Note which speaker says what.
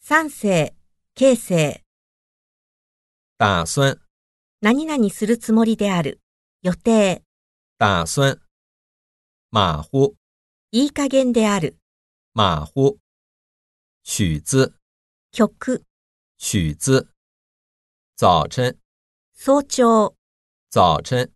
Speaker 1: 三世、形成、
Speaker 2: 打算，
Speaker 1: 何々するつもりである。予定、
Speaker 2: 打算。马虎，
Speaker 1: いい加減である。
Speaker 2: 马虎。曲子，
Speaker 1: 曲、
Speaker 2: 曲子。早晨，
Speaker 1: 早朝、
Speaker 2: 早晨。